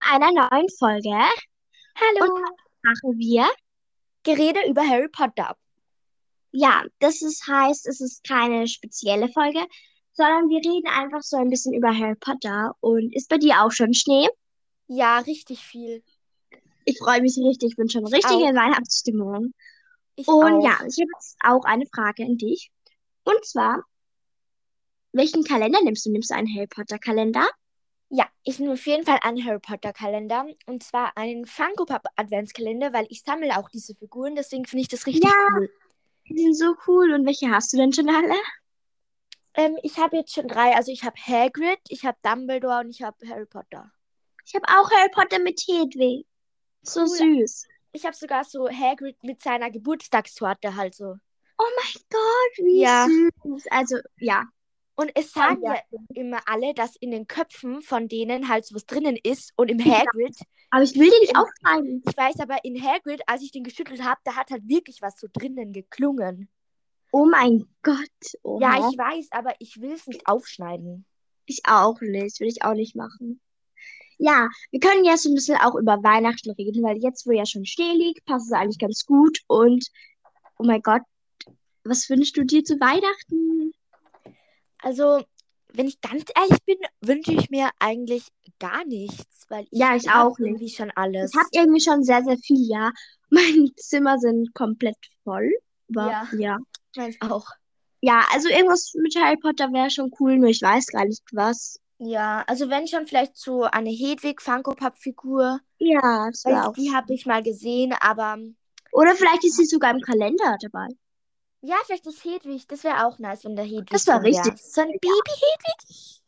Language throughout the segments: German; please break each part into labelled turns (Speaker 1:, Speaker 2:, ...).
Speaker 1: einer neuen Folge
Speaker 2: Hallo.
Speaker 1: machen wir.
Speaker 2: Gerede über Harry Potter.
Speaker 1: Ja, das ist, heißt, es ist keine spezielle Folge, sondern wir reden einfach so ein bisschen über Harry Potter. Und ist bei dir auch schon Schnee?
Speaker 2: Ja, richtig viel.
Speaker 1: Ich freue mich richtig, ich bin schon
Speaker 2: Ich
Speaker 1: richtig
Speaker 2: auch.
Speaker 1: in Weihnachtsstimmung.
Speaker 2: Ich
Speaker 1: Und
Speaker 2: auch.
Speaker 1: ja, ich habe jetzt auch eine Frage an dich. Und zwar, welchen Kalender nimmst du? Nimmst du einen Harry Potter Kalender?
Speaker 2: Ja, ich nehme auf jeden Fall einen Harry Potter Kalender und zwar einen Funko Pop Adventskalender, weil ich sammle auch diese Figuren, deswegen finde ich das richtig
Speaker 1: Ja.
Speaker 2: cool.
Speaker 1: Die sind so cool. Und welche hast du denn schon alle?
Speaker 2: Ähm, ich habe jetzt schon drei, also ich habe Hagrid, ich habe Dumbledore und ich habe Harry Potter.
Speaker 1: Ich habe auch Harry Potter mit Hedwig. So
Speaker 2: Cool.
Speaker 1: süß.
Speaker 2: Ich habe sogar so Hagrid mit seiner Geburtstagstorte halt so.
Speaker 1: Oh mein Gott, wie
Speaker 2: Ja.
Speaker 1: süß. Also, ja.
Speaker 2: Und es sagen Ah, ja immer alle, dass in den Köpfen von denen halt so was drinnen ist und im Hagrid
Speaker 1: Aber ich will dir nicht aufschreiben.
Speaker 2: Ich weiß aber, in Hagrid, als ich den geschüttelt habe, da hat halt wirklich was so drinnen geklungen.
Speaker 1: Oh mein Gott. Oha.
Speaker 2: Ja, ich weiß, aber ich will es nicht aufschneiden.
Speaker 1: Ich auch nicht. Würde ich auch nicht machen. Ja, wir können ja so ein bisschen auch über Weihnachten reden, weil jetzt, wo ja schon Schnee liegt, passt es eigentlich ganz gut. Und, oh mein Gott, was wünschst du dir zu Weihnachten?
Speaker 2: Also, wenn ich ganz ehrlich bin, wünsche ich mir eigentlich gar nichts, weil
Speaker 1: Ja, ich
Speaker 2: hab
Speaker 1: auch nicht.
Speaker 2: irgendwie schon alles.
Speaker 1: Ich habe irgendwie schon sehr, sehr viel, ja. Meine Zimmer sind komplett voll. Aber,
Speaker 2: Ja.
Speaker 1: ja.
Speaker 2: meins auch.
Speaker 1: Ja, also irgendwas mit Harry Potter wäre schon cool, nur ich weiß gar nicht was.
Speaker 2: Ja, also wenn schon vielleicht so eine Hedwig Funko Pop Figur,
Speaker 1: Ja, das
Speaker 2: weil
Speaker 1: wäre auch.
Speaker 2: die habe ich mal gesehen, aber
Speaker 1: Oder vielleicht ist sie sogar im Kalender dabei.
Speaker 2: ja, vielleicht das Hedwig, das wäre auch nice, wenn der Hedwig
Speaker 1: Das war
Speaker 2: drin wär.
Speaker 1: richtig.
Speaker 2: So ein Baby.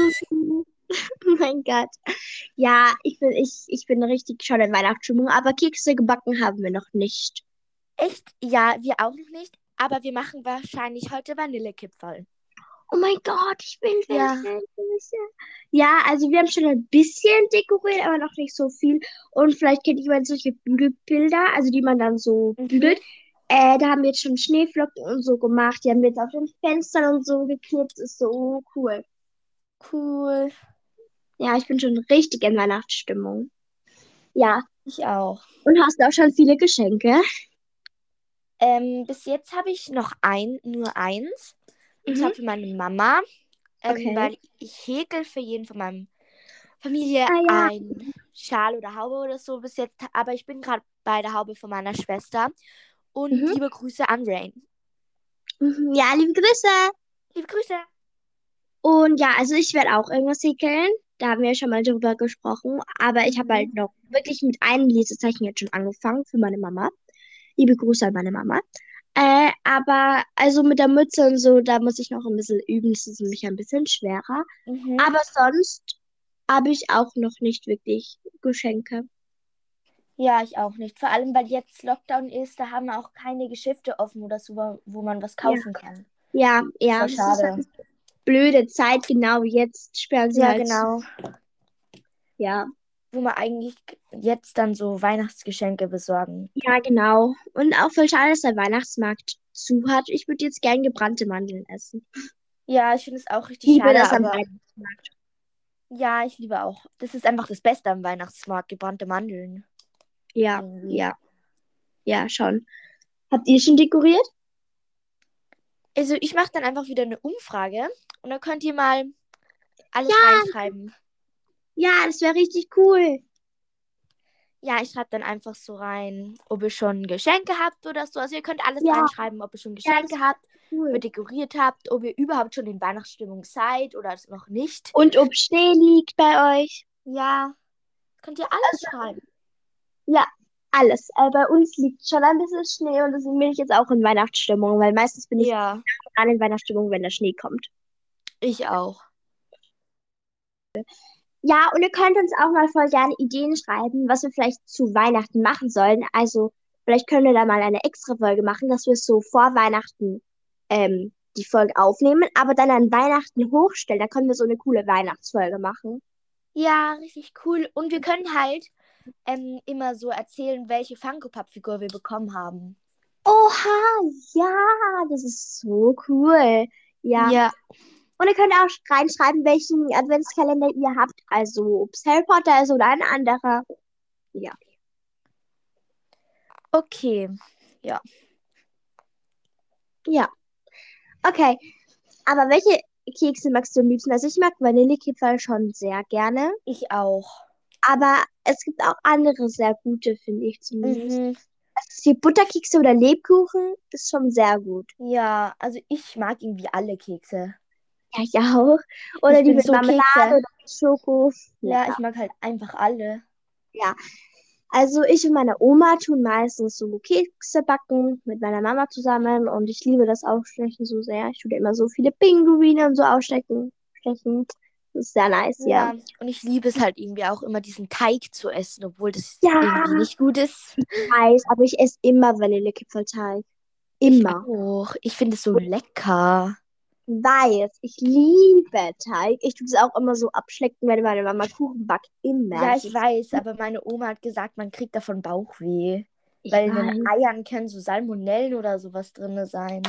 Speaker 1: oh mein Gott. Ja, ich bin, ich, ich bin richtig schon in Weihnachtsstimmung, aber Kekse gebacken haben wir noch nicht.
Speaker 2: Echt? Ja, wir auch noch nicht, aber wir machen wahrscheinlich heute Vanillekipferl.
Speaker 1: Oh mein Gott, ich will
Speaker 2: Ja.
Speaker 1: welche. ich will welche. Ja, also wir haben schon ein bisschen dekoriert, aber noch nicht so viel. Und vielleicht kennt jemand solche Bügelbilder, also die man dann so
Speaker 2: Mhm.
Speaker 1: bügelt. Äh, da haben wir jetzt schon Schneeflocken und so gemacht. Die haben wir jetzt auf den Fenstern und so geklebt. Ist so cool.
Speaker 2: Cool.
Speaker 1: Ja, ich bin schon richtig in Weihnachtsstimmung. Ja,
Speaker 2: Ich auch.
Speaker 1: und hast du auch schon viele Geschenke?
Speaker 2: Ähm, bis jetzt habe ich noch ein, nur eins. Und zwar
Speaker 1: Mhm.
Speaker 2: für meine Mama. Ähm,
Speaker 1: Okay.
Speaker 2: Weil ich häkel für jeden von meinem Familie
Speaker 1: Ah, ja.
Speaker 2: ein Schal oder Haube oder so bis jetzt. Aber ich bin gerade bei der Haube von meiner Schwester. Und
Speaker 1: Mhm.
Speaker 2: liebe Grüße an Rain.
Speaker 1: Mhm, Ja, liebe Grüße.
Speaker 2: Liebe Grüße.
Speaker 1: Und ja, also ich werde auch irgendwas häkeln. Da haben wir ja schon mal drüber gesprochen. Aber ich habe
Speaker 2: Mhm.
Speaker 1: halt noch wirklich mit einem Lesezeichen jetzt schon angefangen für meine Mama. Liebe Grüße an meine Mama. Äh, aber also mit der Mütze und so, da muss ich noch ein bisschen üben. Das ist nämlich ein bisschen schwerer.
Speaker 2: Aber
Speaker 1: Aber sonst habe ich auch noch nicht wirklich Geschenke.
Speaker 2: ja, ich auch nicht. Vor allem, weil jetzt Lockdown ist, da haben wir auch keine Geschäfte offen oder so, wo- wo man was kaufen kann.
Speaker 1: Ja, ja,
Speaker 2: voll
Speaker 1: das ist
Speaker 2: schade.
Speaker 1: halt eine blöde Zeit, genau jetzt sperren sie halt. Ja,
Speaker 2: Genau. Wo man eigentlich jetzt dann so Weihnachtsgeschenke besorgen
Speaker 1: ja, genau. Und auch voll schade, dass der Weihnachtsmarkt zu hat. Ich würde jetzt gern gebrannte Mandeln essen.
Speaker 2: Ja, ich finde es auch richtig
Speaker 1: Ich liebe
Speaker 2: schade,
Speaker 1: das am
Speaker 2: aber
Speaker 1: Weihnachtsmarkt.
Speaker 2: ja, ich liebe auch. Das ist einfach das Beste am Weihnachtsmarkt, gebrannte Mandeln.
Speaker 1: Ja,
Speaker 2: irgendwie.
Speaker 1: ja, ja, schon. Habt ihr schon dekoriert?
Speaker 2: Also ich mache dann einfach wieder eine Umfrage und dann könnt ihr mal alles reinschreiben.
Speaker 1: Ja, das wäre richtig cool.
Speaker 2: Ja, ich schreibe dann einfach so rein, ob ihr schon Geschenke habt oder so. Also ihr könnt alles
Speaker 1: Ja.
Speaker 2: reinschreiben, ob ihr schon Geschenke
Speaker 1: das-
Speaker 2: habt, ob ihr
Speaker 1: Cool.
Speaker 2: dekoriert habt, ob ihr überhaupt schon in Weihnachtsstimmung seid oder es noch nicht.
Speaker 1: Und ob Schnee liegt bei euch?
Speaker 2: Ja, könnt ihr alles schreiben.
Speaker 1: Alles. Äh, bei uns liegt schon ein bisschen Schnee und deswegen bin ich jetzt auch in Weihnachtsstimmung, weil meistens bin ich
Speaker 2: Ja,
Speaker 1: gerade in Weihnachtsstimmung, wenn der Schnee kommt.
Speaker 2: ich auch.
Speaker 1: Ja, und ihr könnt uns auch mal voll gerne Ideen schreiben, was wir vielleicht zu Weihnachten machen sollen. Also, vielleicht können wir da mal eine extra Folge machen, dass wir so vor Weihnachten ähm, die Folge aufnehmen, aber dann an Weihnachten hochstellen. Da können wir so eine coole Weihnachtsfolge machen.
Speaker 2: Ja, richtig cool. Und wir können halt ähm, immer so erzählen, welche Funko-Pop-Figur wir bekommen haben.
Speaker 1: Oha, ja, das ist so cool. Ja.
Speaker 2: ja.
Speaker 1: Und Und ihr könnt auch reinschreiben, welchen Adventskalender ihr habt. Also, ob es Harry Potter ist oder ein anderer. Ja.
Speaker 2: Okay. Ja.
Speaker 1: Ja. Okay. Aber welche Kekse magst du am liebsten? Also, ich mag Vanillekipferl schon sehr gerne.
Speaker 2: Ich auch.
Speaker 1: Aber es gibt auch andere sehr gute, finde ich zumindest.
Speaker 2: Mhm.
Speaker 1: Also, die Butterkekse oder Lebkuchen ist schon sehr gut.
Speaker 2: Ja, also ich mag irgendwie alle Kekse.
Speaker 1: Ja, ich auch. Oder
Speaker 2: ich
Speaker 1: die
Speaker 2: bin
Speaker 1: mit
Speaker 2: so
Speaker 1: Marmelade
Speaker 2: Kekse.
Speaker 1: oder mit Schoko.
Speaker 2: Ja,
Speaker 1: Lecker.
Speaker 2: ich mag halt einfach alle.
Speaker 1: Also ich und meine Oma tun meistens so Kekse backen mit meiner Mama zusammen und ich liebe das Aufstechen so sehr. Ich tue da immer so viele Pinguine und so aufstechen. Stechen. Das ist sehr nice, ja.
Speaker 2: Und ich liebe es halt irgendwie auch immer, diesen Teig zu essen, obwohl das
Speaker 1: Ja.
Speaker 2: irgendwie nicht gut ist.
Speaker 1: Ich weiß, aber ich esse immer Vanillekipferlteig. Immer.
Speaker 2: Auch. Ich finde es so lecker.
Speaker 1: Ich weiß, ich liebe Teig. Ich tue es auch immer so abschlecken, wenn meine Mama Kuchen backt. Immer.
Speaker 2: Ja,
Speaker 1: Das
Speaker 2: ich
Speaker 1: ist-
Speaker 2: weiß, aber meine Oma hat gesagt, man kriegt davon Bauchweh.
Speaker 1: Ich
Speaker 2: weil in
Speaker 1: weiß.
Speaker 2: den Eiern können so Salmonellen oder sowas drin sein.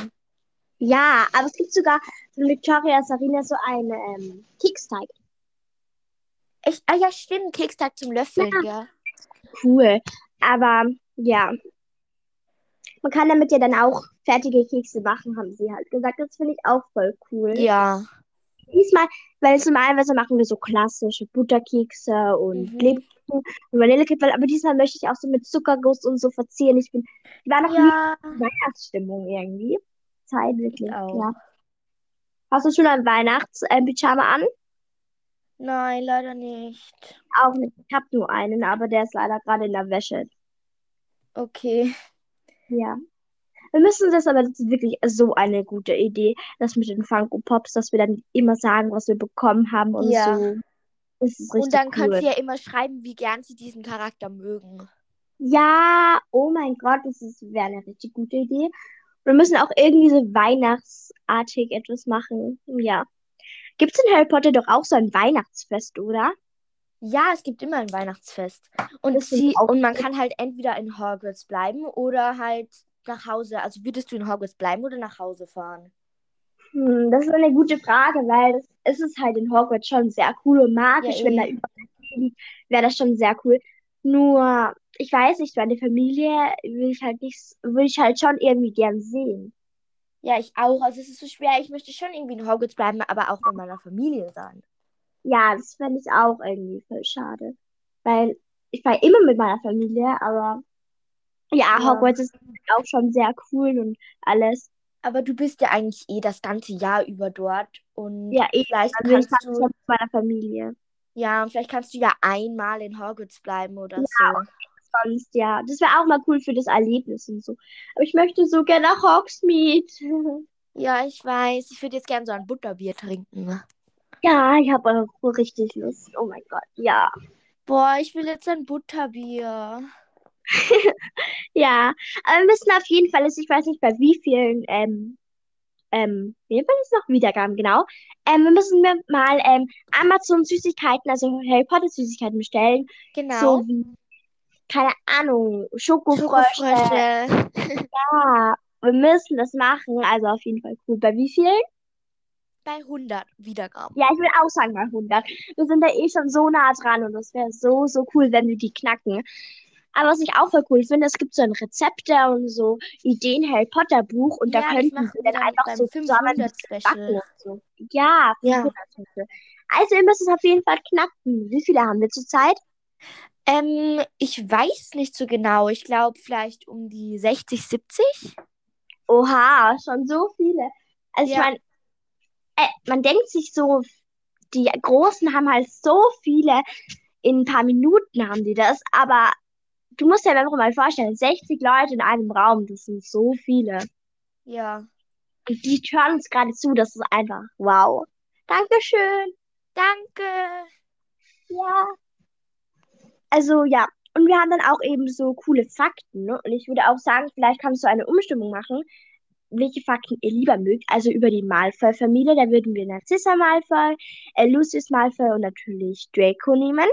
Speaker 1: Ja, aber es gibt sogar von Victoria Sarina so einen ähm, Keksteig.
Speaker 2: Echt? Ah ja, stimmt, Kekstag zum Löffeln, ja.
Speaker 1: Cool. Aber ja. Man kann damit ja dann auch fertige Kekse machen, haben sie halt gesagt. Das finde ich auch voll cool.
Speaker 2: Ja.
Speaker 1: Diesmal, weil es normalerweise machen wir so klassische Butterkekse und
Speaker 2: Mhm.
Speaker 1: Lebkuchen und Vanillekipferl, aber diesmal möchte ich auch so mit Zuckerguss und so verzieren. Ich bin, ich war noch nie
Speaker 2: Ja.
Speaker 1: in Weihnachtsstimmung irgendwie. Zeit wirklich,
Speaker 2: auch.
Speaker 1: ja. Hast du schon ein Weihnachts-Pyjama an?
Speaker 2: Nein, leider nicht.
Speaker 1: Auch nicht. Ich habe nur einen, aber der ist leider gerade in der Wäsche.
Speaker 2: Okay.
Speaker 1: Ja. Wir müssen das aber, das ist wirklich so eine gute Idee, das mit den Funko Pops, dass wir dann immer sagen, was wir bekommen haben und
Speaker 2: Ja.
Speaker 1: so. Das ist richtig
Speaker 2: Und dann
Speaker 1: cool.
Speaker 2: könnt ihr ja immer schreiben, wie gern sie diesen Charakter mögen.
Speaker 1: Ja, oh mein Gott, das ist- wäre eine richtig gute Idee. Wir müssen auch irgendwie so weihnachtsartig etwas machen. Ja. Gibt's in Harry Potter doch auch so ein Weihnachtsfest, oder?
Speaker 2: Ja, es gibt immer ein Weihnachtsfest. Und,
Speaker 1: Das finde
Speaker 2: sie,
Speaker 1: ich auch
Speaker 2: und man kann halt entweder in Hogwarts bleiben oder halt nach Hause. Also würdest du in Hogwarts bleiben oder nach Hause fahren?
Speaker 1: Hm, das ist eine gute Frage, weil das es ist halt in Hogwarts schon sehr cool und magisch,
Speaker 2: Ja,
Speaker 1: wenn
Speaker 2: eh.
Speaker 1: da überall liegt, wäre das schon sehr cool. Nur, ich weiß nicht, meine Familie will ich halt nicht, würde ich halt schon irgendwie gern sehen.
Speaker 2: Ja, ich auch. Also es ist so schwer. Ich möchte schon irgendwie in Hogwarts bleiben, aber auch mit meiner Familie sein.
Speaker 1: Ja, das fände ich auch irgendwie voll schade. Weil ich war immer mit meiner Familie, aber ja,
Speaker 2: Ja.
Speaker 1: Hogwarts ist auch schon sehr cool und alles.
Speaker 2: Aber du bist ja eigentlich eh das ganze Jahr über dort. Und
Speaker 1: Ja, eh,
Speaker 2: vielleicht
Speaker 1: also ich
Speaker 2: kannst
Speaker 1: war
Speaker 2: du,
Speaker 1: schon mit meiner Familie.
Speaker 2: ja, vielleicht kannst du ja einmal in Hogwarts bleiben oder
Speaker 1: Ja,
Speaker 2: so.
Speaker 1: Sonst, ja. Das wäre auch mal cool für das Erlebnis und so. Aber ich möchte so gerne nach Hogsmeade.
Speaker 2: Ja, ich weiß. Ich würde jetzt gern so ein Butterbier trinken. ne?
Speaker 1: Ja, ich habe auch richtig Lust. Oh mein Gott, ja.
Speaker 2: Boah, ich will jetzt ein Butterbier.
Speaker 1: Ja, aber wir müssen auf jeden Fall, also ich weiß nicht, bei wie vielen, ähm, ähm, wie nennt man das noch? Wiedergaben, genau. Ähm, wir müssen wir mal, ähm, Amazon-Süßigkeiten, also Harry Potter-Süßigkeiten bestellen.
Speaker 2: Genau.
Speaker 1: So wie, keine Ahnung, Schokofrösche.
Speaker 2: Schokofrösche.
Speaker 1: Ja, wir müssen das machen. Also auf jeden Fall cool. Bei wie vielen?
Speaker 2: Bei 100 Wiedergaben.
Speaker 1: Ja, ich will auch sagen bei 100. Wir sind da eh schon so nah dran und das wäre so, so cool, wenn wir die knacken. Aber was ich auch voll cool finde, es gibt so ein Rezepte und so Ideen Harry Potter Buch und da
Speaker 2: ja,
Speaker 1: könnten
Speaker 2: machen
Speaker 1: wir
Speaker 2: wir
Speaker 1: dann
Speaker 2: dann
Speaker 1: einfach
Speaker 2: beim
Speaker 1: so zusammen
Speaker 2: 500
Speaker 1: backen
Speaker 2: Special.
Speaker 1: und so. Ja,
Speaker 2: Ja.
Speaker 1: 500 Punkte. Also wir müssen es auf jeden Fall knacken. Wie viele haben wir zurzeit?
Speaker 2: Ähm, ich weiß nicht so genau. Ich glaube vielleicht um die 60, 70.
Speaker 1: Oha, schon so viele. Also ich
Speaker 2: Ja.
Speaker 1: meine, äh, man denkt sich so, die Großen haben halt so viele, in ein paar Minuten haben die das, aber du musst dir einfach mal vorstellen, 60 Leute in einem Raum, das sind so viele.
Speaker 2: Ja.
Speaker 1: Und die hören uns gerade zu, das ist einfach wow. Dankeschön.
Speaker 2: Danke.
Speaker 1: Ja. Also ja, und wir haben dann auch eben so coole Fakten, ne? Und ich würde auch sagen, vielleicht kannst du eine Umstimmung machen, welche Fakten ihr lieber mögt. Also über die Malfoy-Familie, da würden wir Narcissa Malfoy, äh, Lucius Malfoy und natürlich Draco nehmen.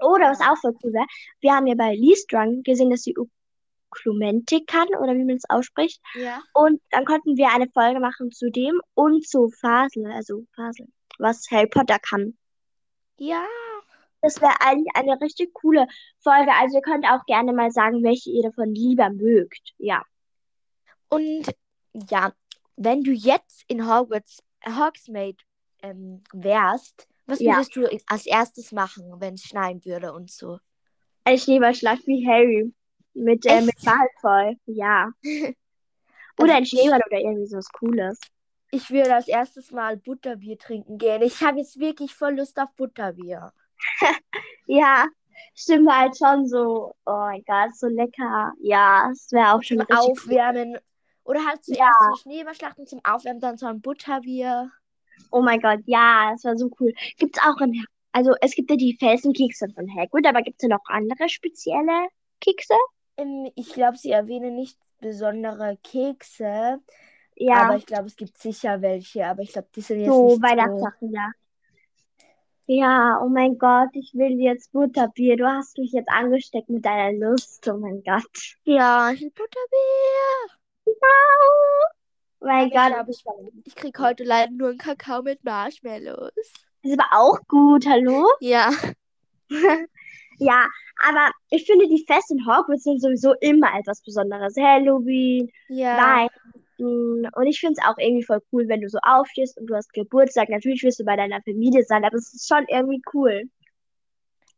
Speaker 1: Oder was
Speaker 2: Ja.
Speaker 1: auch voll cool wäre, wir haben ja bei Lee Strang gesehen, dass sie Oklumentikern oder wie man es ausspricht.
Speaker 2: Ja.
Speaker 1: Und dann konnten wir eine Folge machen zu dem und zu Fasel, also Fasel, was Harry Potter kann.
Speaker 2: Ja.
Speaker 1: Das wäre eigentlich eine richtig coole Folge. Also ihr könnt auch gerne mal sagen, welche ihr davon lieber mögt. Ja.
Speaker 2: Und ja, wenn du jetzt in Hogwarts, Hogsmeade ähm, wärst, was
Speaker 1: Ja.
Speaker 2: würdest du als erstes machen, wenn es schneien würde und so? Also
Speaker 1: Ich lieber Schlag wie Harry. Mit, äh,
Speaker 2: Echt?
Speaker 1: mit Malfoy. Ja. Oder ein Schneeball oder irgendwie sowas Cooles.
Speaker 2: Ich würde als erstes mal Butterbier trinken gehen. Ich habe jetzt wirklich voll Lust auf Butterbier.
Speaker 1: Ja. Stimmt halt schon so. Oh mein Gott, so lecker. Ja, es wäre auch schon
Speaker 2: Zum
Speaker 1: richtig
Speaker 2: Aufwärmen. Oder halt zuerst
Speaker 1: Ja.
Speaker 2: eine Schneeballschlachten zum Aufwärmen, dann so ein Butterbier.
Speaker 1: Oh mein Gott, ja, das war so cool. Gibt's auch in, also es gibt ja die Felsenkekse von Hagrid, aber gibt's ja noch andere spezielle Kekse?
Speaker 2: Ähm, Ich glaube, sie erwähnen nicht besondere Kekse, aber
Speaker 1: Ja,
Speaker 2: ich glaube, es gibt sicher welche. Aber ich glaube, die sind jetzt
Speaker 1: so
Speaker 2: nicht so.
Speaker 1: Weihnachtssachen, ja. Ja, oh mein Gott, ich will jetzt Butterbier. Du hast mich jetzt angesteckt mit deiner Lust. Oh mein Gott.
Speaker 2: Ja, ich will Butterbier.
Speaker 1: Au. Oh mein
Speaker 2: Aber ich
Speaker 1: Gott,
Speaker 2: glaub, ich, ich krieg heute leider nur einen Kakao mit Marshmallows.
Speaker 1: das ist aber auch gut, hallo?
Speaker 2: Ja.
Speaker 1: Ja, aber ich finde, die Feste in Hogwarts sind sowieso immer etwas Besonderes. Halloween,
Speaker 2: Ja.
Speaker 1: Weihnachten. Und ich finde es auch irgendwie voll cool, wenn du so aufstehst und du hast Geburtstag. Natürlich wirst du bei deiner Familie sein, aber es ist schon irgendwie cool.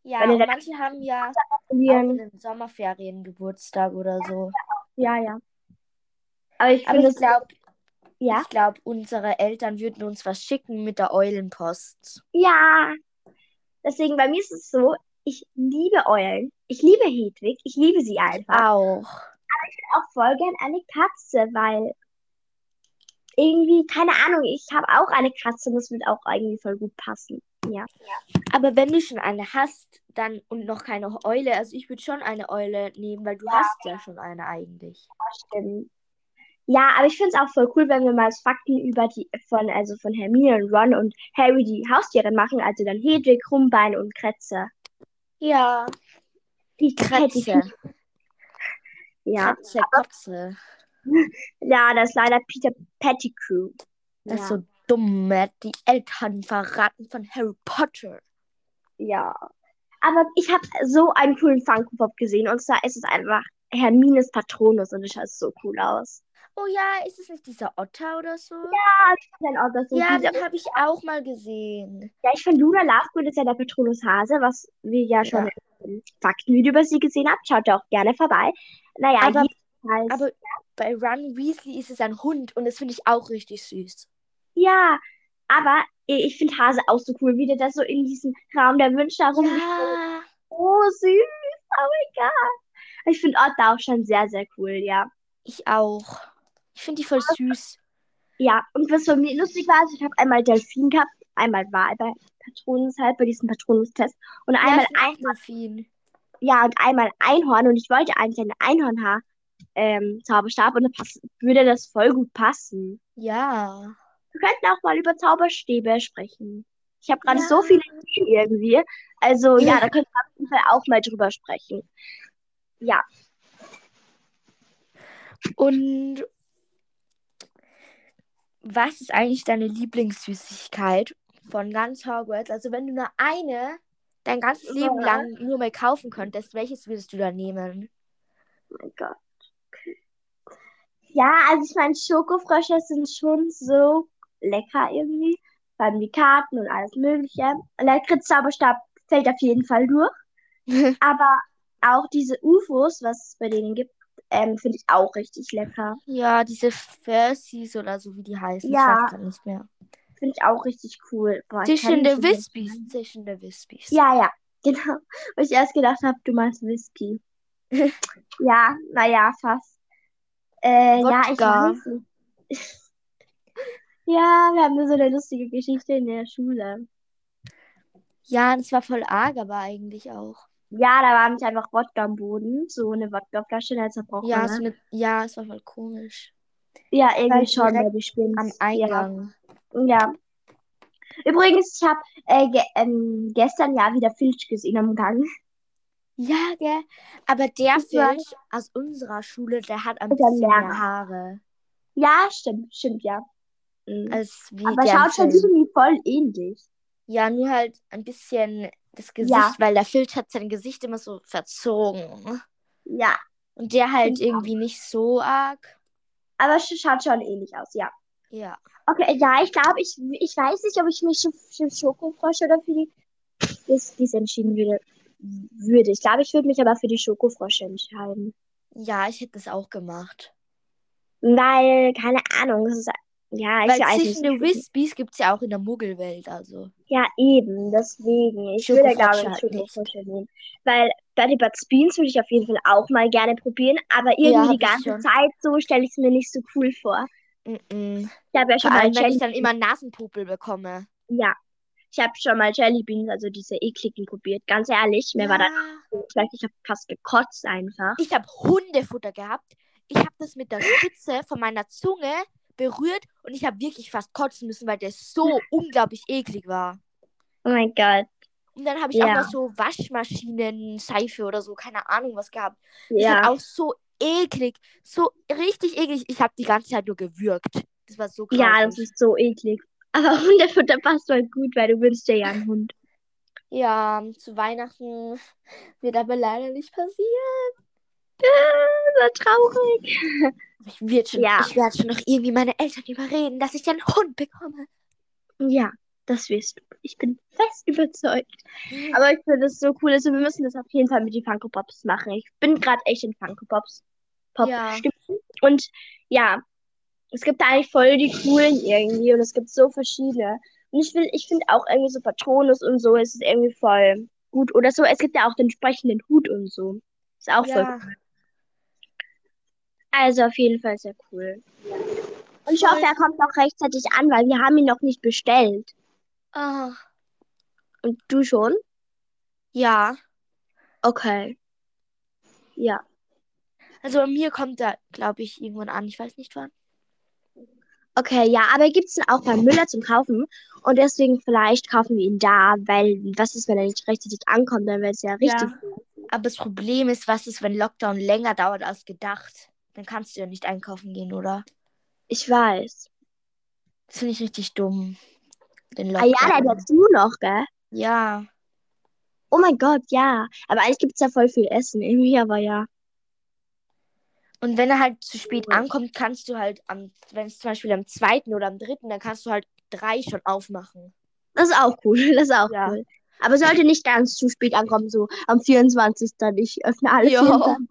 Speaker 2: Ja,
Speaker 1: Weil ihr
Speaker 2: und
Speaker 1: da-
Speaker 2: manche haben ja auch in
Speaker 1: Familien-
Speaker 2: den Sommerferien Geburtstag oder so.
Speaker 1: Ja, ja. Aber ich
Speaker 2: Aber
Speaker 1: finde
Speaker 2: ich
Speaker 1: es,
Speaker 2: glaube,
Speaker 1: ja.
Speaker 2: ich glaube, unsere Eltern würden uns was schicken mit der Eulenpost.
Speaker 1: Ja. Deswegen, bei mir ist es so, ich liebe Eulen. Ich liebe Hedwig. Ich liebe sie einfach.
Speaker 2: Ah. Auch.
Speaker 1: auch voll gern eine Katze, weil irgendwie, keine Ahnung, ich habe auch eine Katze und das wird auch irgendwie voll gut passen.
Speaker 2: Aber wenn du schon eine hast, dann und noch keine Eule, also ich würde schon eine Eule nehmen, weil du hast ja schon eine eigentlich.
Speaker 1: Stimmt. Ja, aber ich finde es auch voll cool, wenn wir mal Fakten über die von, also von Hermine und Ron und Harry die Haustiere machen, also dann Hedwig, Rumbein und Kretze.
Speaker 2: Ja.
Speaker 1: Die
Speaker 2: Kratze.
Speaker 1: Kretze. Ja.
Speaker 2: Kratze, Kotze.
Speaker 1: Ja, das ist leider Peter Pettigrew.
Speaker 2: Das ist
Speaker 1: Ja.
Speaker 2: so dumm, Matt. Die Eltern verraten von Harry Potter.
Speaker 1: Ja. Aber ich habe so einen coolen Funko Pop gesehen und zwar ist es einfach Hermines Patronus und es schaut so cool aus.
Speaker 2: Oh ja, ist es nicht dieser Otter oder so?
Speaker 1: Dann auch das so
Speaker 2: Ja,
Speaker 1: süß.
Speaker 2: den habe ich auch mal gesehen.
Speaker 1: Ja, ich finde, Luna Lovegood ist ja der Patronus Hase, was wir ja schon
Speaker 2: Ja.
Speaker 1: im Faktenvideo über sie gesehen haben. Schaut da auch gerne vorbei. Naja,
Speaker 2: Aber-
Speaker 1: jedenfalls.
Speaker 2: Aber bei Ron Weasley ist es ein Hund und das finde ich auch richtig süß.
Speaker 1: ja, aber i- ich finde Hase auch so cool, wie der das so in diesem Raum der Wünsche herum.
Speaker 2: Ja.
Speaker 1: Oh, süß. Oh mein Gott. Ich finde Otter auch schon sehr, sehr cool, ja.
Speaker 2: Ich auch. Ich finde die voll süß.
Speaker 1: Ja, und was bei mir lustig war, also ich habe einmal Delfin gehabt, einmal Wal bei Patronus halt, bei diesem Patronus-Test. Und
Speaker 2: Ja,
Speaker 1: einmal
Speaker 2: ich bin auch Delfin.
Speaker 1: Ja, und einmal Einhorn und ich wollte eigentlich einen Einhornhaar ähm, Zauberstab und dann pass würde das voll gut passen.
Speaker 2: Ja.
Speaker 1: Wir könnten auch mal über Zauberstäbe sprechen. Ich habe gerade
Speaker 2: Ja.
Speaker 1: so viele Ideen irgendwie. Also ja,
Speaker 2: Ja.
Speaker 1: da könnten wir auf jeden Fall auch mal drüber sprechen. Ja,
Speaker 2: Und was ist eigentlich deine Lieblingssüßigkeit von ganz Hogwarts? Also wenn du nur eine dein ganzes
Speaker 1: Ja.
Speaker 2: Leben lang nur mal kaufen könntest, welches würdest du da nehmen?
Speaker 1: oh mein Gott. Ja, also ich meine, Schokofrösche sind schon so lecker irgendwie. Vor allem die Karten und alles Mögliche. Lakritz Zauberstab fällt auf jeden Fall durch. Aber auch diese UFOs, was es bei denen gibt, ähm, finde ich auch richtig lecker.
Speaker 2: Ja, diese Fursies oder so, wie die heißen.
Speaker 1: Ja.
Speaker 2: Ich weiß gar nicht mehr.
Speaker 1: Finde ich auch richtig cool. Boah, ich kann
Speaker 2: Zischende
Speaker 1: nicht so-
Speaker 2: Wispies. Zischende Wispies.
Speaker 1: Ja, ja, genau. Wo ich erst gedacht habe, du meinst Whisky. ja, naja, fast. Äh, ja, ich
Speaker 2: Wodka.
Speaker 1: weiß nicht. Ja, wir haben so eine lustige Geschichte in der Schule.
Speaker 2: Ja, das war voll arg, aber eigentlich auch.
Speaker 1: Ja, da war nämlich einfach Wodka am Boden. So eine Wodkaflasche in der
Speaker 2: Ja, so
Speaker 1: zerbrochenen.
Speaker 2: eine, ja, es war voll komisch.
Speaker 1: Ja, irgendwie
Speaker 2: Weil
Speaker 1: schon,
Speaker 2: direkt
Speaker 1: wer gespinnt.
Speaker 2: Am
Speaker 1: Ja.
Speaker 2: Eingang.
Speaker 1: Ja. Übrigens, ich habe äh, ge ähm, gestern ja wieder Filch gesehen am Gang.
Speaker 2: Ja, gell? Aber der
Speaker 1: Ich weiß.
Speaker 2: Fisch aus unserer Schule, der hat ein
Speaker 1: Ist ja
Speaker 2: bisschen mehr
Speaker 1: länger.
Speaker 2: Haare
Speaker 1: Ja, stimmt, stimmt, ja. Mhm.
Speaker 2: als wie
Speaker 1: Aber
Speaker 2: der im
Speaker 1: schaut schon
Speaker 2: Film.
Speaker 1: irgendwie voll ähnlich.
Speaker 2: Ja, nur halt ein bisschen das Gesicht,
Speaker 1: Ja.
Speaker 2: weil der Fisch hat sein Gesicht immer so verzogen.
Speaker 1: Ja,
Speaker 2: Und der halt
Speaker 1: Stimmt auch.
Speaker 2: irgendwie nicht so arg.
Speaker 1: aber es schaut schon ähnlich aus, ja.
Speaker 2: Ja.
Speaker 1: Okay, äh, ja, ich glaube, ich, ich weiß nicht, ob ich mich für- für Schokofrösche oder für die Whiskys entschieden würde. würde. Ich glaube, ich würde mich aber für die Schokofrösche entscheiden.
Speaker 2: Ja, ich hätte das auch gemacht.
Speaker 1: Weil, keine Ahnung, das ist, ja, ich
Speaker 2: Weil
Speaker 1: weiß
Speaker 2: zwischen den
Speaker 1: nicht.
Speaker 2: Wispies gibt es ja auch in der Muggelwelt, also.
Speaker 1: Ja, eben, deswegen. Ich würde, glaube
Speaker 2: Schokofrösche
Speaker 1: ich,
Speaker 2: halt
Speaker 1: Schokofrösche nehmen. Weil Bertie Butts Beans würde ich auf jeden Fall auch mal gerne probieren, aber irgendwie
Speaker 2: Ja, hab
Speaker 1: die
Speaker 2: ich
Speaker 1: ganze
Speaker 2: schon.
Speaker 1: Zeit so stelle ich es mir nicht so cool vor.
Speaker 2: Mm-mm.
Speaker 1: Ich habe ja
Speaker 2: Vor
Speaker 1: schon mal
Speaker 2: allem, wenn ich
Speaker 1: Jelly
Speaker 2: dann immer Nasenpupel bekomme.
Speaker 1: Ja, ich habe schon mal Jelly Beans, also diese ekligen, probiert. Ganz ehrlich, mir war das
Speaker 2: Ja.
Speaker 1: so schlecht. Ich habe fast gekotzt einfach.
Speaker 2: Ich habe Hundefutter gehabt. Ich habe das mit der Spitze von meiner Zunge berührt und ich habe wirklich fast kotzen müssen, weil der so unglaublich eklig war.
Speaker 1: Oh mein Gott.
Speaker 2: Und dann habe ich auch
Speaker 1: Ja.
Speaker 2: noch so Waschmaschinen, Seife oder so, keine Ahnung was gehabt. Das
Speaker 1: Ja.
Speaker 2: war auch so eklig, so richtig eklig. Ich habe die ganze Zeit nur gewürgt. Das war so
Speaker 1: Ja, das
Speaker 2: grausig.
Speaker 1: ist so eklig. Aber Hundefutter passt voll gut, weil du wünschst dir ja einen Hund.
Speaker 2: Ja, zu Weihnachten wird aber leider nicht passieren.
Speaker 1: So traurig.
Speaker 2: Ich werde schon,
Speaker 1: Ja.
Speaker 2: ich werd schon noch irgendwie meine Eltern überreden, dass ich einen Hund bekomme.
Speaker 1: Ja, das wirst du. Ich bin fest überzeugt. Aber ich finde das so cool. Also wir müssen das auf jeden Fall mit den Funko Pops machen. Ich bin gerade echt in Funko Pops. Pop
Speaker 2: Ja.
Speaker 1: Stimmung. Und ja, es gibt da eigentlich voll die coolen irgendwie und es gibt so verschiedene. Und ich will, ich finde auch irgendwie so Patronus und so ist es irgendwie voll gut. Oder so, es gibt ja auch den sprechenden Hut und so. Ist auch voll
Speaker 2: Ja.
Speaker 1: cool. Also auf jeden Fall sehr cool. Und ich
Speaker 2: Voll.
Speaker 1: hoffe, er kommt noch rechtzeitig an, weil wir haben ihn noch nicht bestellt.
Speaker 2: Ah.
Speaker 1: Und du schon?
Speaker 2: Ja.
Speaker 1: Okay. Ja.
Speaker 2: Also bei mir kommt er, glaube ich, irgendwann an. Ich weiß nicht wann.
Speaker 1: Okay, ja, aber gibt's den auch bei Müller zum Kaufen? Und deswegen vielleicht kaufen wir ihn da, weil was ist, wenn er nicht rechtzeitig ankommt, dann wäre es ja richtig.
Speaker 2: Aber das Problem ist, was ist, wenn Lockdown länger dauert als gedacht? Dann kannst du ja nicht einkaufen gehen, oder?
Speaker 1: Ich weiß.
Speaker 2: Das finde ich richtig dumm. Den
Speaker 1: Ah ja, da
Speaker 2: Lockdown.
Speaker 1: hättest du noch, gell?
Speaker 2: Ja,
Speaker 1: Oh mein Gott, ja. Aber eigentlich gibt's ja voll viel Essen irgendwie, aber ja.
Speaker 2: Und wenn er halt zu spät ankommt, kannst du halt am, wenn es zum Beispiel am zweiten oder am dritten, dann kannst du halt drei schon aufmachen.
Speaker 1: Das ist auch cool, das ist auch
Speaker 2: Ja.
Speaker 1: cool. Aber sollte nicht ganz zu spät ankommen, so am 24. Ich öffne alle
Speaker 2: Jo.
Speaker 1: 24.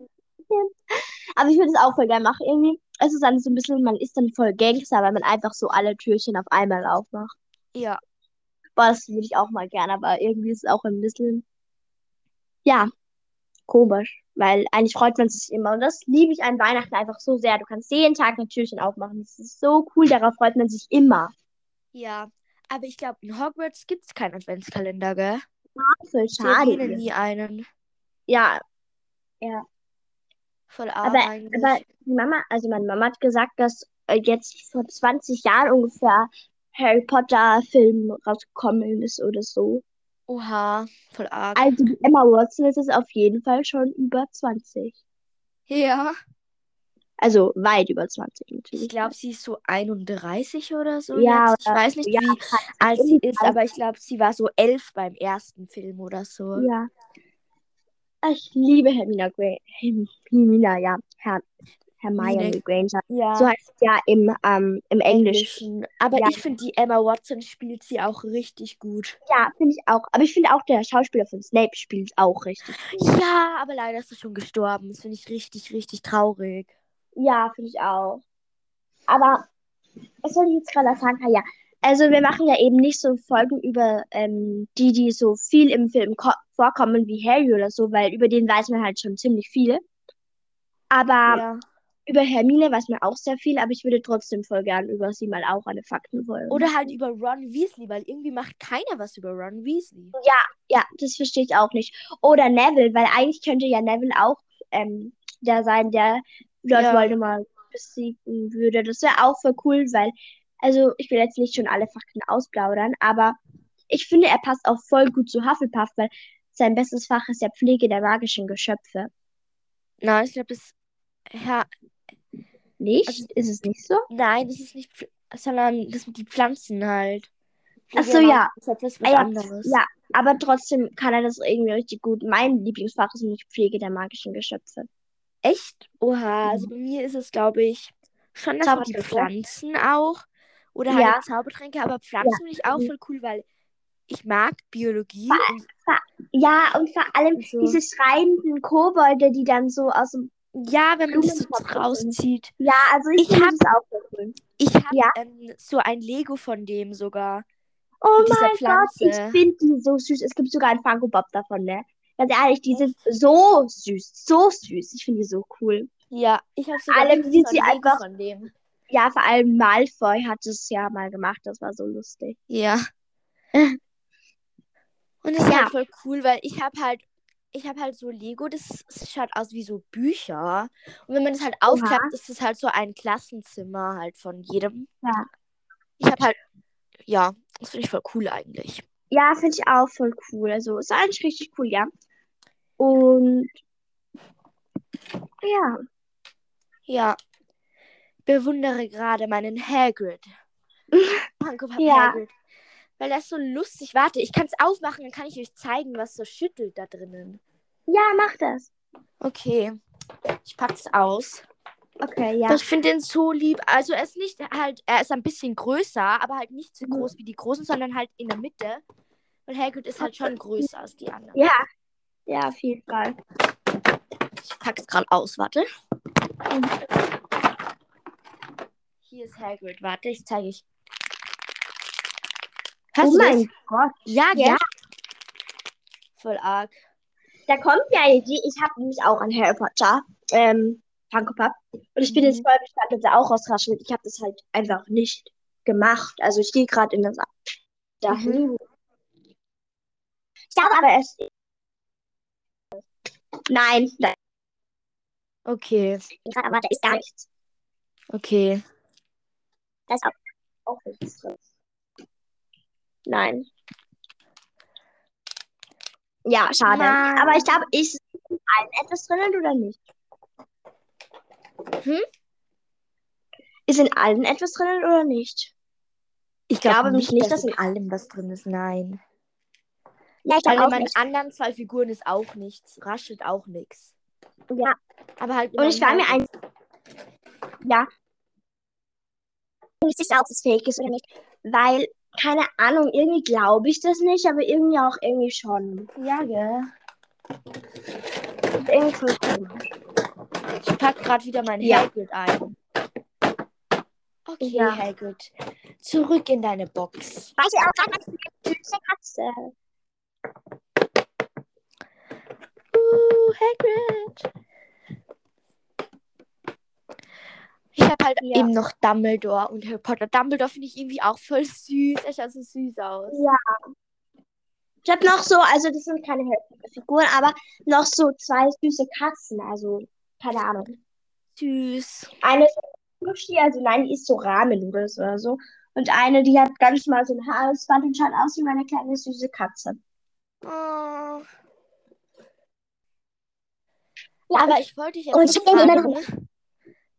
Speaker 1: Aber ich würde es auch voll gerne machen irgendwie. Es ist dann so ein bisschen, man ist dann voll Gangster, weil man einfach so alle Türchen auf einmal aufmacht.
Speaker 2: Ja.
Speaker 1: Boah, das würde ich auch mal gerne, aber irgendwie ist es auch ein bisschen, ja, komisch, weil eigentlich freut man sich immer. Und das liebe ich an Weihnachten einfach so sehr. Du kannst jeden Tag ein Türchen aufmachen. Das ist so cool, darauf freut man sich immer.
Speaker 2: Ja. Aber ich glaube, in Hogwarts gibt es keinen Adventskalender, gell?
Speaker 1: Voll
Speaker 2: Sie erwähnen
Speaker 1: schade.
Speaker 2: nie einen.
Speaker 1: Ja,
Speaker 2: Voll arm
Speaker 1: aber,
Speaker 2: eigentlich.
Speaker 1: aber die Mama, also meine Mama hat gesagt, dass äh, jetzt vor 20 Jahren ungefähr Harry Potter Film rausgekommen ist oder so.
Speaker 2: Oha, voll arg.
Speaker 1: Also die Emma Watson ist es auf jeden Fall schon über 20.
Speaker 2: Ja.
Speaker 1: Also weit über 20
Speaker 2: Ich
Speaker 1: natürlich.
Speaker 2: glaube, sie ist so 31 oder so
Speaker 1: Ja,
Speaker 2: jetzt. Ich
Speaker 1: oder-
Speaker 2: weiß nicht,
Speaker 1: ja,
Speaker 2: wie alt sie ist,
Speaker 1: alt.
Speaker 2: aber ich glaube, sie war so elf beim ersten Film oder so.
Speaker 1: Ja. Ich liebe Hermina Granger. Hermina, ja. Her Hermione
Speaker 2: Hermine.
Speaker 1: Granger.
Speaker 2: Ja.
Speaker 1: So heißt es ja im, ähm, im Englisch.
Speaker 2: Englischen. Aber
Speaker 1: Ja.
Speaker 2: ich finde, die Emma Watson spielt sie auch richtig gut.
Speaker 1: Ja, finde ich auch. Aber ich finde auch, der Schauspieler von Snape spielt auch richtig gut.
Speaker 2: Ja, aber leider ist er schon gestorben. Das finde ich richtig, richtig traurig.
Speaker 1: Ja, finde ich auch. Aber was wollte ich jetzt gerade sagen? Ah, ja. Also wir machen ja eben nicht so Folgen über ähm, die, die so viel im Film ko- vorkommen wie Harry oder so, weil über den weiß man halt schon ziemlich viel. Aber
Speaker 2: Ja.
Speaker 1: über Hermine weiß man auch sehr viel, aber ich würde trotzdem voll gern über sie mal auch eine Faktenfolge
Speaker 2: Oder halt über Ron Weasley, weil irgendwie macht keiner was über Ron Weasley.
Speaker 1: Ja, das verstehe ich auch nicht. Oder Neville, weil eigentlich könnte ja Neville auch ähm, der sein, der Lord
Speaker 2: Ja.
Speaker 1: Voldemort besiegen würde. Das wäre auch voll cool, weil, also ich will jetzt nicht schon alle Fakten ausplaudern, aber ich finde, er passt auch voll gut zu Hufflepuff, weil Sein bestes Fach ist ja Pflege der magischen Geschöpfe.
Speaker 2: Nein, ich glaube, das. Ja,
Speaker 1: Nicht?
Speaker 2: Also-
Speaker 1: ist es nicht so?
Speaker 2: nein, das ist nicht. Pfl- Sondern das mit die Pflanzen halt.
Speaker 1: Ach so, ja.
Speaker 2: Das ist was
Speaker 1: Ah, ja.
Speaker 2: anderes.
Speaker 1: Ja, aber trotzdem kann er das irgendwie richtig gut. Mein Lieblingsfach ist nämlich Pflege der magischen Geschöpfe.
Speaker 2: Echt? Oha,
Speaker 1: Mhm.
Speaker 2: also bei mir ist es, glaube ich, schon das mit die
Speaker 1: Zaubertränke.
Speaker 2: Pflanzen auch. Oder
Speaker 1: Ja.
Speaker 2: halt Zaubertränke, aber Pflanzen finde ich auch
Speaker 1: Mhm.
Speaker 2: voll cool, weil ich mag Biologie. Und,
Speaker 1: Ja, und vor allem
Speaker 2: und so.
Speaker 1: diese schreienden Kobolde, die dann so aus dem.
Speaker 2: Ja, wenn man das so
Speaker 1: Blumentopf
Speaker 2: rauszieht.
Speaker 1: Ja, also ich,
Speaker 2: Ich
Speaker 1: finde
Speaker 2: hab-
Speaker 1: das auch voll cool.
Speaker 2: Ich habe
Speaker 1: Ja.
Speaker 2: ähm, so ein Lego von dem sogar.
Speaker 1: Oh
Speaker 2: Mit dieser
Speaker 1: mein Gott, ich
Speaker 2: Pflanze.
Speaker 1: finde die so süß. Es gibt sogar einen Funko Pop davon, ne? Ganz ehrlich, die sind so süß, so süß. Ich finde die so cool.
Speaker 2: Ja, ich habe sogar
Speaker 1: Allem,
Speaker 2: wirklich
Speaker 1: wie
Speaker 2: so
Speaker 1: sie
Speaker 2: ein Lego
Speaker 1: einfach-
Speaker 2: von dem.
Speaker 1: Ja, vor allem Malfoy hat es ja mal gemacht. Das war so lustig.
Speaker 2: Ja. Und das ist
Speaker 1: Ja.
Speaker 2: halt voll cool, weil ich habe halt, ich habe halt so Lego, das, das schaut aus wie so Bücher. Und wenn man das halt aufklappt, ist es halt so ein Klassenzimmer halt von jedem.
Speaker 1: Ja.
Speaker 2: Ich habe halt, ja, das finde ich voll cool eigentlich.
Speaker 1: Ja, finde ich auch voll cool. Also ist eigentlich richtig cool, ja. Und ja,
Speaker 2: Ja. Bewundere gerade meinen Hagrid. Panko Pap
Speaker 1: Ja.
Speaker 2: Hagrid. Weil das ist so lustig. Warte, ich kann es aufmachen, dann kann ich euch zeigen, was so schüttelt da drinnen.
Speaker 1: ja, mach das.
Speaker 2: Okay. Ich pack's aus.
Speaker 1: Okay, ja.
Speaker 2: Ich finde den so lieb. Also er ist nicht halt, er ist ein bisschen größer, aber halt nicht so
Speaker 1: Mhm.
Speaker 2: groß wie die großen, sondern halt in der Mitte. Und Hagrid ist halt schon größer als die anderen.
Speaker 1: Ja, ja, auf jeden Fall.
Speaker 2: Ich pack's gerade aus, warte. Hier ist Hagrid, warte, ich zeige ich. Hörst
Speaker 1: oh
Speaker 2: du
Speaker 1: mein
Speaker 2: das?
Speaker 1: Gott,
Speaker 2: Ja, gell?
Speaker 1: Ja.
Speaker 2: Voll arg.
Speaker 1: da kommt mir eine Idee. Ich habe nämlich auch einen Harry Potter ähm, Funko Pop und ich bin
Speaker 2: Mhm.
Speaker 1: jetzt voll gespannt, ob der auch rausraschelt. Ich habe das halt einfach nicht gemacht. Also ich gehe gerade in das Ab- dahin. Ich glaube aber es. Nein, nein,
Speaker 2: Okay,
Speaker 1: gerade aber da ist gar nichts.
Speaker 2: okay.
Speaker 1: Da ist auch, auch nichts drin. Nein. Ja, schade.
Speaker 2: Mann.
Speaker 1: Aber ich glaube, ist in allen etwas drinnen oder nicht?
Speaker 2: Hm?
Speaker 1: Ist in allen etwas drinnen oder nicht?
Speaker 2: Ich
Speaker 1: glaube nicht, dass
Speaker 2: in
Speaker 1: in
Speaker 2: allem was drin ist, nein.
Speaker 1: Ja, ich
Speaker 2: Weil
Speaker 1: glaube
Speaker 2: in
Speaker 1: auch
Speaker 2: meinen
Speaker 1: nicht.
Speaker 2: anderen zwei Figuren ist auch nichts. Raschelt auch nichts.
Speaker 1: Ja.
Speaker 2: Aber halt.
Speaker 1: Und ich war
Speaker 2: beim
Speaker 1: mir
Speaker 2: Hagrid-
Speaker 1: ein. Ja. Ich bin nicht sicher, ob es fake ist oder nicht. Weil, keine Ahnung, irgendwie glaube ich das nicht, aber irgendwie auch irgendwie schon.
Speaker 2: Ja, gell?
Speaker 1: Das ist irgendwie voll komisch.
Speaker 2: Ich pack gerade wieder mein
Speaker 1: Ja.
Speaker 2: Hagrid ein. Okay,
Speaker 1: Ja.
Speaker 2: Hagrid. Zurück in deine Box.
Speaker 1: Weißt du, auch gerade was eine süße Katze.
Speaker 2: Uh, Hagrid. Ich habe halt
Speaker 1: Ja.
Speaker 2: eben noch Dumbledore und Harry Potter. Dumbledore finde ich irgendwie auch voll süß. Er schaut so süß aus.
Speaker 1: Ja. Ich habe noch so, also das sind keine Figuren, aber noch so zwei süße Katzen, also keine Ahnung.
Speaker 2: Süß.
Speaker 1: Eine ist Sushi, also nein, die ist so Ramen-Nudels oder so. Und eine, die hat ganz mal so ein Haarausband und schaut aus wie meine kleine süße Katze.
Speaker 2: Oh.
Speaker 1: Ja,
Speaker 2: Aber ich wollte dich jetzt
Speaker 1: Und
Speaker 2: was
Speaker 1: ich hab den immer
Speaker 2: fragen,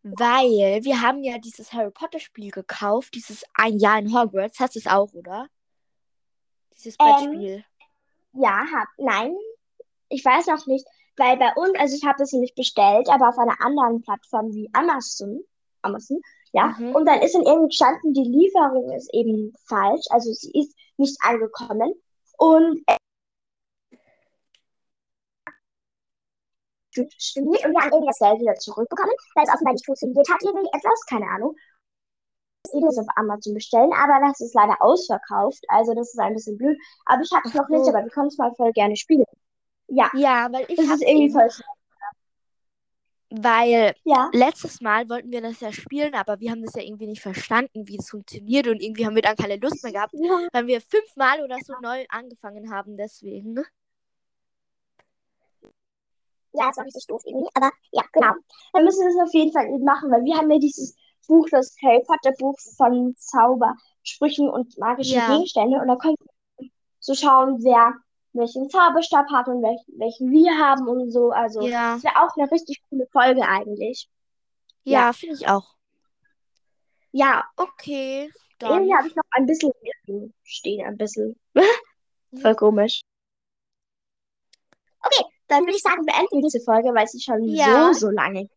Speaker 2: weil wir haben ja dieses Harry Potter Spiel gekauft, dieses ein Jahr in Hogwarts. Hast du es auch, oder? Dieses
Speaker 1: Ähm,
Speaker 2: Brettspiel.
Speaker 1: Ja, hab, nein, ich weiß noch nicht, weil bei uns, also ich habe das nämlich bestellt, aber auf einer anderen Plattform wie Amazon, Amazon, ja,
Speaker 2: Mhm.
Speaker 1: und dann ist dann irgendwie gestanden, die Lieferung ist eben falsch, also sie ist nicht angekommen und äh, storniert und wir haben irgendwie das Geld wieder zurückbekommen, weil es offenbar nicht funktioniert hat, irgendwie etwas, keine Ahnung. Das ist eben so auf Amazon bestellen, aber das ist leider ausverkauft, also das ist ein bisschen blöd, aber ich habe es noch nicht,
Speaker 2: so.
Speaker 1: aber wir können es mal voll gerne spielen. Ja,
Speaker 2: ja, weil ich
Speaker 1: das
Speaker 2: hab's
Speaker 1: ist irgendwie
Speaker 2: eben,
Speaker 1: voll,
Speaker 2: weil
Speaker 1: ja.
Speaker 2: letztes Mal wollten wir das ja spielen, aber wir haben das ja irgendwie nicht verstanden, wie das funktioniert und irgendwie haben wir dann keine Lust mehr gehabt,
Speaker 1: Ja.
Speaker 2: weil wir fünfmal oder so neu angefangen haben, deswegen.
Speaker 1: Ja, das war richtig doof irgendwie, aber ja, genau. Dann müssen wir das auf jeden Fall eben machen, weil wir haben ja dieses Buch, das Harry Potter Buch von Zaubersprüchen und magischen
Speaker 2: Ja.
Speaker 1: Gegenständen und da können wir so schauen, wer welchen Zauberstab hat und welchen, welchen wir haben und so. Also,
Speaker 2: Ja.
Speaker 1: das wäre auch eine richtig coole Folge eigentlich.
Speaker 2: Ja, finde ich auch.
Speaker 1: Ja,
Speaker 2: Okay, dann.
Speaker 1: irgendwie habe ich noch ein bisschen hier stehen, ein bisschen. Voll komisch. Okay, dann würde ich sagen, beenden wir diese Folge, weil sie schon
Speaker 2: Ja.
Speaker 1: so, so lange geht.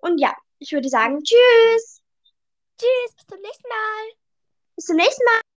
Speaker 1: Und ja, ich würde sagen, tschüss.
Speaker 2: Tschüss, bis zum nächsten Mal.
Speaker 1: Bis zum nächsten Mal.